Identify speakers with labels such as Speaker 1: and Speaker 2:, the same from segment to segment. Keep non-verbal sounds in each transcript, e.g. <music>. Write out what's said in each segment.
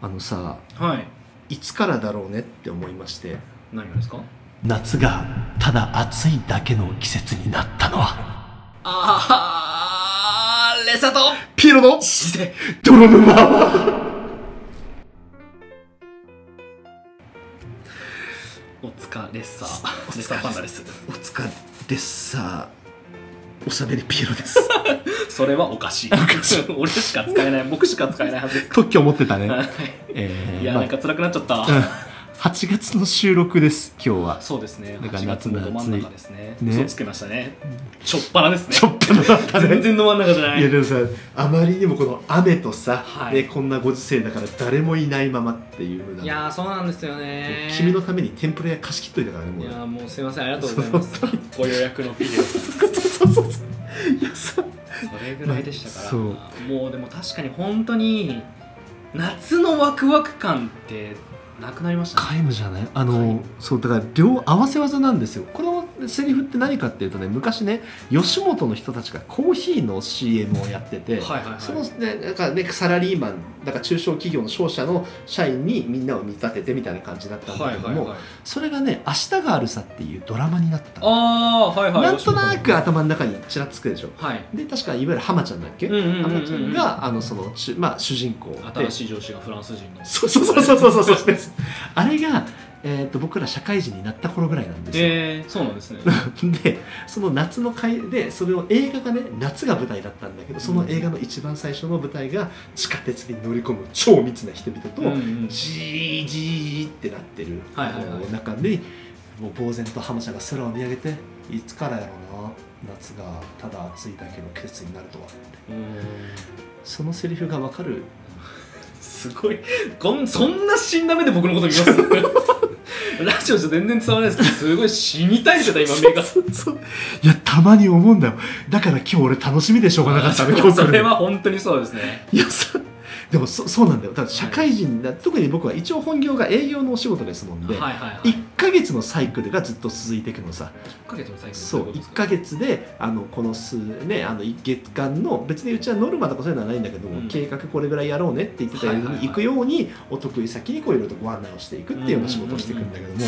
Speaker 1: あのさ
Speaker 2: はい
Speaker 1: いつからだろうねって思いまして
Speaker 2: 何がですか
Speaker 3: 夏がただ暑いだけの季節になったのは
Speaker 2: あーレサと
Speaker 1: ピエロの
Speaker 2: 自然
Speaker 1: 泥沼
Speaker 2: おつかレッサ
Speaker 1: お疲れ
Speaker 2: レッサーパンダです
Speaker 1: お疲れですさおしゃべりピエロです
Speaker 2: それはおかしい <laughs> 俺しか使えない僕しか使えないはずです
Speaker 3: 特許持ってたね、 <laughs>
Speaker 2: はい
Speaker 3: えー
Speaker 2: いや
Speaker 3: まあ
Speaker 2: なんか辛くなっちゃった
Speaker 3: うん8月の収録です今日は
Speaker 2: そうですね
Speaker 3: なんか
Speaker 2: 8月
Speaker 3: 夏
Speaker 2: の
Speaker 3: の
Speaker 2: ど真ん中ですね
Speaker 3: ね
Speaker 2: 嘘つけましたねしょっぱなですね
Speaker 3: ちょっとだった
Speaker 2: 全
Speaker 3: ね
Speaker 2: 然ど真ん中じゃない
Speaker 3: や
Speaker 2: い
Speaker 3: でもさあまりにもこの雨とさ、
Speaker 2: はい
Speaker 3: ね、こんなご時世だから誰もいないままっていうふうない
Speaker 2: やーそうなんですよね
Speaker 3: 君のために天ぷら屋貸し切っといたからねも
Speaker 2: いうやーもうすいませんありがとうございますご予約のフィデオ
Speaker 3: そうそうそういやさ
Speaker 2: それぐらいでしたから、
Speaker 3: ま
Speaker 2: もうでも確かに本当に夏のワクワク感ってなくなりましたね
Speaker 3: 皆無じゃないあ
Speaker 2: 皆
Speaker 3: の
Speaker 2: 無
Speaker 3: そうだから両合わせ技なんですよこのセリフって何かっていうとね昔ね吉本の人たちがコーヒーの CM をやってて、
Speaker 2: はいはいはい
Speaker 3: そのねなんかねサラリーマンだから中小企業の商社の社員にみんなを見立ててみたいな感じだったんだ
Speaker 2: はい
Speaker 3: けど
Speaker 2: はい
Speaker 3: も、
Speaker 2: はい
Speaker 3: それがね「明日があるさ」っていうドラマになったの
Speaker 2: ああーはいはい
Speaker 3: なんとなく頭の中にちらつくでしょ
Speaker 2: はい
Speaker 3: で確かいわゆる浜ちゃんだっけ、
Speaker 2: うんうんうんうん
Speaker 3: 浜ちゃんがあのその、ちゅまあ、主人公で
Speaker 2: 新しい上司がフランス人の
Speaker 3: そうそうそうそうそうそうそうですあれが、えー、と僕ら社会人になった頃ぐらいなんですよ、
Speaker 2: えー、そうなんですね
Speaker 3: でその夏の会でそれを映画がね夏が舞台だったんだけどその映画の一番最初の舞台が地下鉄に乗り込む超密な人々と、
Speaker 2: うんうん
Speaker 3: ジージーってなってる、
Speaker 2: はいはいはい
Speaker 3: あの中にもう呆然と浜ちゃんが空を見上げていつからやろうな夏がただ暑いだけの季節になるとはってそのセリフがわかる
Speaker 2: すごいこんそんな死んだ目で僕のこと見ますラジオじゃ全然伝わらないですけどすごい死にたいってた今目が
Speaker 3: そうそういやたまに思うんだよだから今日俺楽しみでしょうがなかったの今日
Speaker 2: そ
Speaker 3: 来
Speaker 2: れ
Speaker 3: る
Speaker 2: は本当にそうですね
Speaker 3: いやさでもそそうなんだよだから社会人だ、特に僕は一応本業が営業のお仕事ですもん
Speaker 2: はい
Speaker 3: で、
Speaker 2: はいはい
Speaker 3: 1ヶ月のサイクルがずっと続いていくのさ
Speaker 2: 1ヶ月の最後
Speaker 3: そ
Speaker 2: の
Speaker 3: う
Speaker 2: ことです
Speaker 3: 1
Speaker 2: か
Speaker 3: ヶ月であのこの数ねあの一月間の別にうちはノルマとかそういうのはないんだけども、
Speaker 2: うん
Speaker 3: 計画これぐらいやろうねって言ってたよう
Speaker 2: はいはいは
Speaker 3: に
Speaker 2: い
Speaker 3: 行くようにお得意先にこういろいろとご案内をしていくっていうような仕事をしていくんだけども、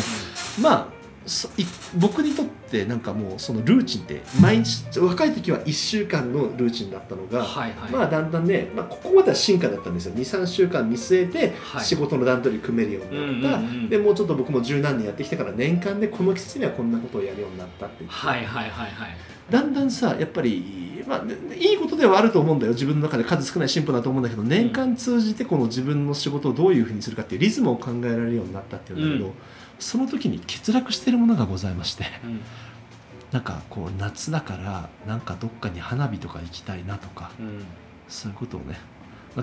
Speaker 3: まあそい僕にとってなんかもうそのルーチンって毎日若い時は1週間のルーチンだったのが、
Speaker 2: はいはい
Speaker 3: まあだんだんね、まあ、ここまでは進化だったんですよ23週間見据えて
Speaker 2: はい
Speaker 3: 仕事の段取り組めるようになった、
Speaker 2: うんうんうん
Speaker 3: でもうちょっと僕も十何年やってきたから年間でこの季節にはこんなことをやるようになったって言って
Speaker 2: はいはいはいはい
Speaker 3: だんだんさやっぱり、まあ、ねいいことではあると思うんだよ自分の中で数少ない進歩だと思うんだけど年間通じてこの自分の仕事をどういうふうにするかっていうリズムを考えられるようになったっていうんだけど、
Speaker 2: うん
Speaker 3: その時に欠落しているものがございまして <laughs>
Speaker 2: うん
Speaker 3: なんかこう夏だからなんかどっかに花火とか行きたいなとか
Speaker 2: うん
Speaker 3: そういうことをね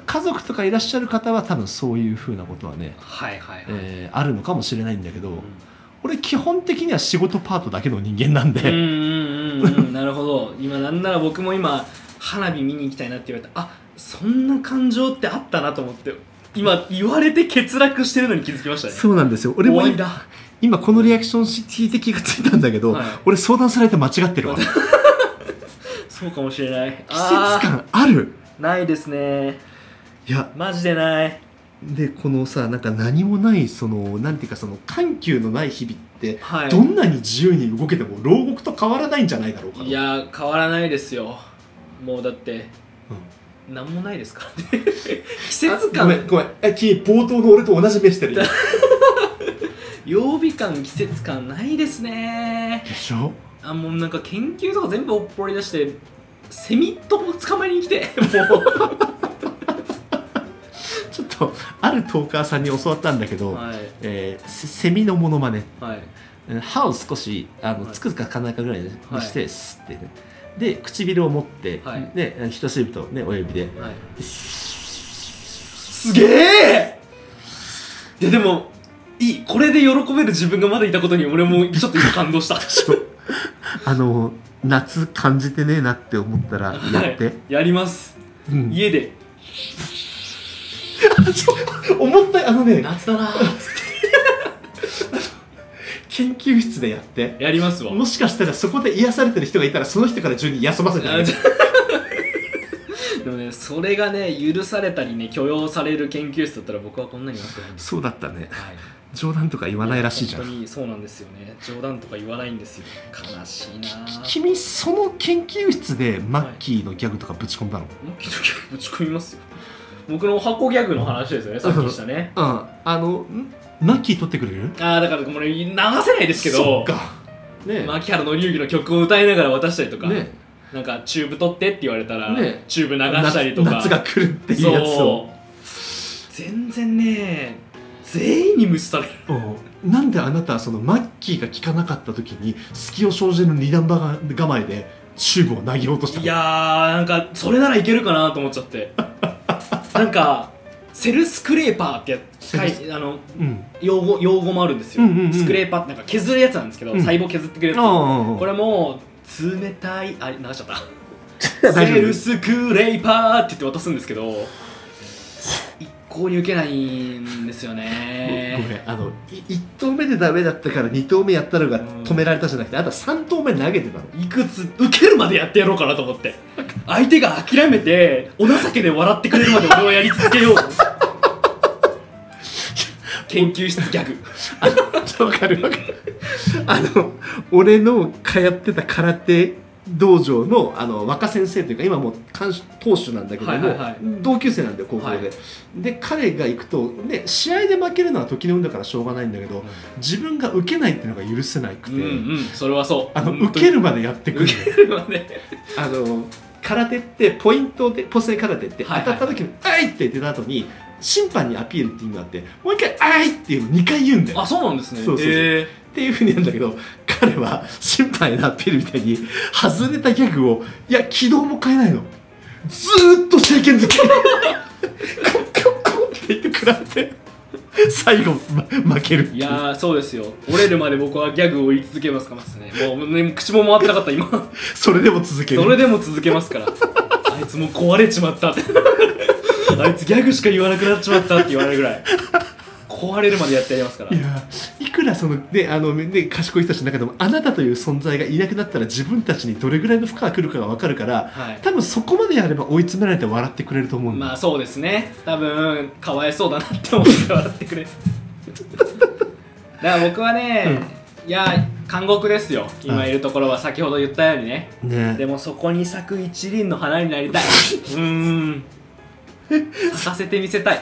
Speaker 3: 家族とかいらっしゃる方は多分そういうふうなことはね、
Speaker 2: はいはいはい、
Speaker 3: えーあるのかもしれないんだけど、
Speaker 2: うん
Speaker 3: 俺基本的には仕事パートだけの人間なんで、
Speaker 2: うんうんうんうんなるほど今なんなら僕も今花火見に行きたいなって言われてあそんな感情ってあったなと思って今言われて欠落してるのに気づきました
Speaker 3: <laughs>
Speaker 2: ね
Speaker 3: そうなんですよ俺
Speaker 2: 終
Speaker 3: も
Speaker 2: わりだは
Speaker 3: 今このリアクションシティ的がついたんだけど、
Speaker 2: い
Speaker 3: 俺相談されて間違ってるわ季節
Speaker 2: そうかもしれない季
Speaker 3: 感ある
Speaker 2: ないですね
Speaker 3: いや
Speaker 2: マジでない
Speaker 3: でこのさなんか何もないそのなんていうかその緩急のない日々って
Speaker 2: はい
Speaker 3: どんなに自由に動けても牢獄と変わらないんじゃないだろうかと
Speaker 2: いやー変わらないですよもうだって
Speaker 3: うん
Speaker 2: 何もないですからね <laughs> 季節
Speaker 3: あご
Speaker 2: 感
Speaker 3: めんごめんえ君冒頭の俺と同じ目して
Speaker 2: <laughs>
Speaker 3: る
Speaker 2: 曜日感季節感ないですね
Speaker 3: でしょ <laughs>
Speaker 2: あもうなんか研究とか全部おっぽり出してセミとも捕まえに来て <laughs> も
Speaker 3: ちょっとあるトーカーさんに教わったんだけ
Speaker 2: う
Speaker 3: ど、
Speaker 2: はい
Speaker 3: えーセセミのモノマネ
Speaker 2: はい
Speaker 3: うん歯を少しあの、
Speaker 2: はい
Speaker 3: つくかつかないかぐらいに
Speaker 2: はい
Speaker 3: して、スッてねで唇を持って、
Speaker 2: はい
Speaker 3: で人差し指と、ね、親指で、
Speaker 2: はいすげえいやでもいいこれで喜べる自分がまだいたことに俺もちょっと今感 <laughs> 動した
Speaker 3: あの夏感じてねえなって思ったらやって、
Speaker 2: はいやります
Speaker 3: うん
Speaker 2: 家で
Speaker 3: <laughs> 思ったあのね
Speaker 2: 夏だな
Speaker 3: 研究室でやって
Speaker 2: <laughs> やりますわ
Speaker 3: も
Speaker 2: <laughs>
Speaker 3: しかしたらそこで癒されてる人がいたらその人から順に休ませてあ
Speaker 2: あ
Speaker 3: げ
Speaker 2: じ
Speaker 3: る
Speaker 2: ゃでもねそれがね許されたりね許容される研究室だったら僕はこんなになってないんです
Speaker 3: そうだったね
Speaker 2: はい
Speaker 3: 冗談とか言わないらしいじゃ
Speaker 2: 本
Speaker 3: ん
Speaker 2: 当にそうなんですよね冗談とか言わないんですよ悲しいなぁ
Speaker 3: 君その研究室でマッキーのギャグとかぶち込んだの、
Speaker 2: もう一度ぶち込みますよ僕のお箱ギャグの話ですよねさっきしたね
Speaker 3: うんあのんマッキー取ってくれる
Speaker 2: ああだからこれ流せないですけ
Speaker 3: そ
Speaker 2: ど
Speaker 3: っか
Speaker 4: ね
Speaker 2: 牧原紀之の曲を歌いながら渡したりとか、
Speaker 3: ね
Speaker 2: なんかチューブ取ってって言われたら、
Speaker 3: ね
Speaker 2: チューブ流したりとか
Speaker 3: 夏夏が来るっていうやつを
Speaker 2: そう全然ね全員に無視される
Speaker 3: うんなんであなたそのマッキーが聞かなかった時に隙を生じる二段ば構えでチューブを投げようとしたの
Speaker 2: いやーなんかそれならいけるかなと思っちゃって
Speaker 3: <laughs>
Speaker 2: なんかセルスクレーパーってやつか
Speaker 3: セ
Speaker 2: いあの
Speaker 3: うん
Speaker 2: 用語用語もあるんですよ、
Speaker 3: うんうんうん
Speaker 2: スクレーパーってなんか削るやつなんですけど、
Speaker 3: うん
Speaker 2: 細胞削ってくれるやつこ
Speaker 3: こ
Speaker 2: れもう冷たいあ流しちゃった
Speaker 3: れ <laughs> 大
Speaker 2: セ
Speaker 3: 丈
Speaker 2: ル
Speaker 3: 夫
Speaker 2: スクレイパーって言って渡すんですけど一向に受けないんですよ
Speaker 3: ごご
Speaker 2: ね
Speaker 3: めんあのい一投目でダメだったから二投目やったのが
Speaker 2: うん
Speaker 3: 止められたじゃなくてあと三投目投げてたの
Speaker 2: いくつ受けるまでやってやろうかなと思って相手が諦めてお情けで笑ってくれるまで俺はやり続 <laughs> けよう研究室ギャグ
Speaker 3: わかるわかるあの俺の通ってた空手道場のあの若先生というか今もう監修当主なんだけども、
Speaker 2: はいはいはい
Speaker 3: 同級生なんだよ高校で、
Speaker 2: はい
Speaker 3: で彼が行くと、ね、試合で負けるのは時の運だからしょうがないんだけど自分が受けないっていうのが許せなくて、
Speaker 2: うんうんそれはそう
Speaker 3: あの
Speaker 2: 本
Speaker 3: 受
Speaker 2: 当に
Speaker 3: けるまでやってくる
Speaker 2: 受けるまで
Speaker 3: あの空手ってポイントでポス空手って当
Speaker 2: はいはい
Speaker 3: たった時に「あい!」って出た後に審判にアピールっていうのがあってもう一回「あい!」っていうの2回言うんだよ
Speaker 2: あそうなんですね
Speaker 3: そうそうそう
Speaker 2: え
Speaker 3: っていうふうに言うんだけど彼は審判へのアピールみたいに外れたギャグをいや軌道も変えないのずーっと政権づけコンコンコンって言ってくらって最後、ま負けるって
Speaker 2: ー
Speaker 3: いう
Speaker 2: いやーそうですよ折れるまで僕はギャグを言い続けますからねもうね口も回ってなかった今
Speaker 3: それでも続ける
Speaker 2: それでも続けますからあいつもう壊れちまったってあいつギャグしか言わなくなっちまったって言われるぐらい壊れるまでやってやりますから
Speaker 3: いやいくらその、ねあのね、賢い人たちの中でもあなたという存在がいなくなったら自分たちにどれぐらいの負荷が来るかが分かるから
Speaker 2: はい
Speaker 3: 多分そこまでやれば追い詰められて笑ってくれると思うんだ、
Speaker 2: まあそうですね多分かわいそうだなって思って笑ってくれるだから僕はね、いや監獄ですよ今いるところは先ほど言ったようにねで
Speaker 3: ね
Speaker 2: もそこに咲く一輪の花にな
Speaker 3: <laughs>
Speaker 2: りたいうーん咲かせてみせたい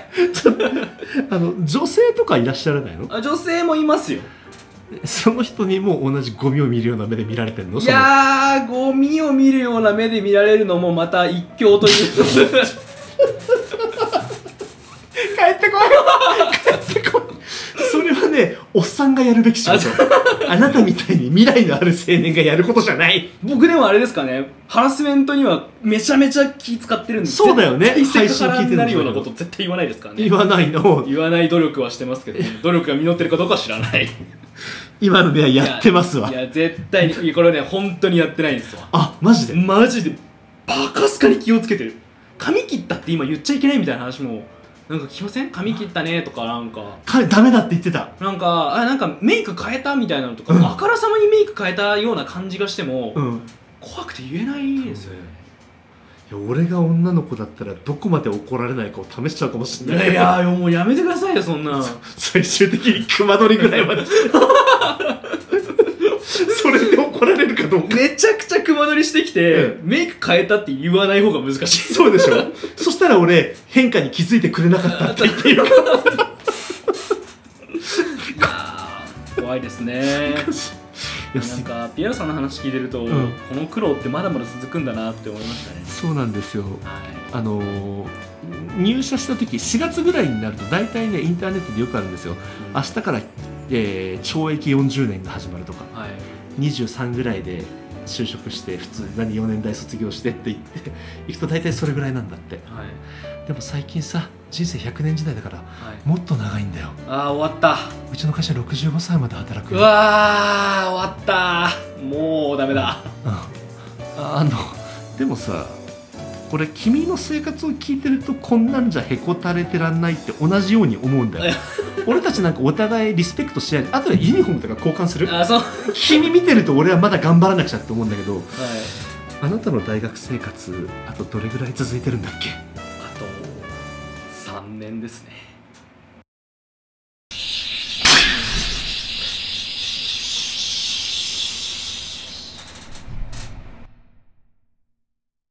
Speaker 3: あの女性とかいらっしゃらないの
Speaker 2: あ女性もいますよ
Speaker 3: その人にもう同じゴミを見るような目で見られてんの
Speaker 2: いやーゴミを見るような目で見られるのもまた一興という
Speaker 3: <laughs> その帰ってこい帰ってこいそれはねおっさんがやるべき仕
Speaker 2: あ
Speaker 3: 事
Speaker 2: <laughs> そう
Speaker 3: あなたみたいに未来のある青年がやることじゃない
Speaker 2: 僕でもあれですかねハラスメントにはめちゃめちゃ気使ってるんで
Speaker 3: そうだよね
Speaker 2: 絶対
Speaker 3: 配信
Speaker 2: セクハ
Speaker 3: 聞
Speaker 2: ラ
Speaker 3: いてる
Speaker 2: に
Speaker 3: んだ
Speaker 2: な
Speaker 3: け
Speaker 2: る
Speaker 3: ど
Speaker 2: ようなこと絶対言わないですからね
Speaker 3: 言わないの
Speaker 2: 言わない努力はしてますけど、ね、努力が実ってるかどうかは知ら <laughs> ない
Speaker 3: 今のではやってますわ
Speaker 2: いや絶対にこれね本当にやってないんですわ
Speaker 3: あマジで
Speaker 2: マジでバカスカに気をつけてる髪切ったって今言っちゃいけないみたいな話もなんか聞きません髪切ったねとかなんか
Speaker 3: かダメだって言ってた
Speaker 2: なんかあなんかメイク変えたみたいなのとか、
Speaker 3: うん
Speaker 2: あからさまにメイク変えたような感じがしても、
Speaker 3: うん
Speaker 2: 怖くて言えないですよね
Speaker 3: いや俺が女の子だったらどこまで怒られないかを試しちゃうかもしれない
Speaker 2: いやいやもうやめてくださいよそんな
Speaker 3: 最終的に熊取りぐら
Speaker 2: <laughs>
Speaker 3: いまでそれで怒られるかどうか
Speaker 2: めちゃくちゃ熊取りしてきて、
Speaker 3: う
Speaker 2: メイク変えたって言わない方が難し
Speaker 3: <laughs>
Speaker 2: い
Speaker 3: そうでしょそしたら俺変化に気づいてくれなかったって言ってるから
Speaker 2: いやー怖いですね
Speaker 3: いや
Speaker 2: なんかピエロさんの話聞いてると、
Speaker 3: ん
Speaker 2: この苦労ってまだまだ続くんだなって思いましたね
Speaker 3: そうなんですよ
Speaker 2: はい
Speaker 3: あのー入社した時4月ぐらいになると大体ねインターネットでよくあるんですよ明日から、えー懲役40年が始まるとか
Speaker 2: はい
Speaker 3: 23ぐらいで就職して普通に何4年代卒業してって言って行くと大体それぐらいなんだって
Speaker 2: はい
Speaker 3: でも最近さ人生100年時代だから
Speaker 2: はい
Speaker 3: もっと長いんだよ
Speaker 2: あー終わった
Speaker 3: うちの会社65歳まで働く
Speaker 2: う
Speaker 3: よ
Speaker 2: わー終わったもうダメだ
Speaker 3: うんああのでもさこれ君の生活を聞いてるとこんなんじゃへこたれてらんないって同じように思うんだよ俺たちなんかお互いリスペクトし合いあとでユニフォームとか交換する
Speaker 2: あそう
Speaker 3: 君見てると俺はまだ頑張らなくちゃって思うんだけど
Speaker 2: はい
Speaker 3: あなたの大学生活あとどれぐらい続いてるんだっけ
Speaker 2: あと3年ですね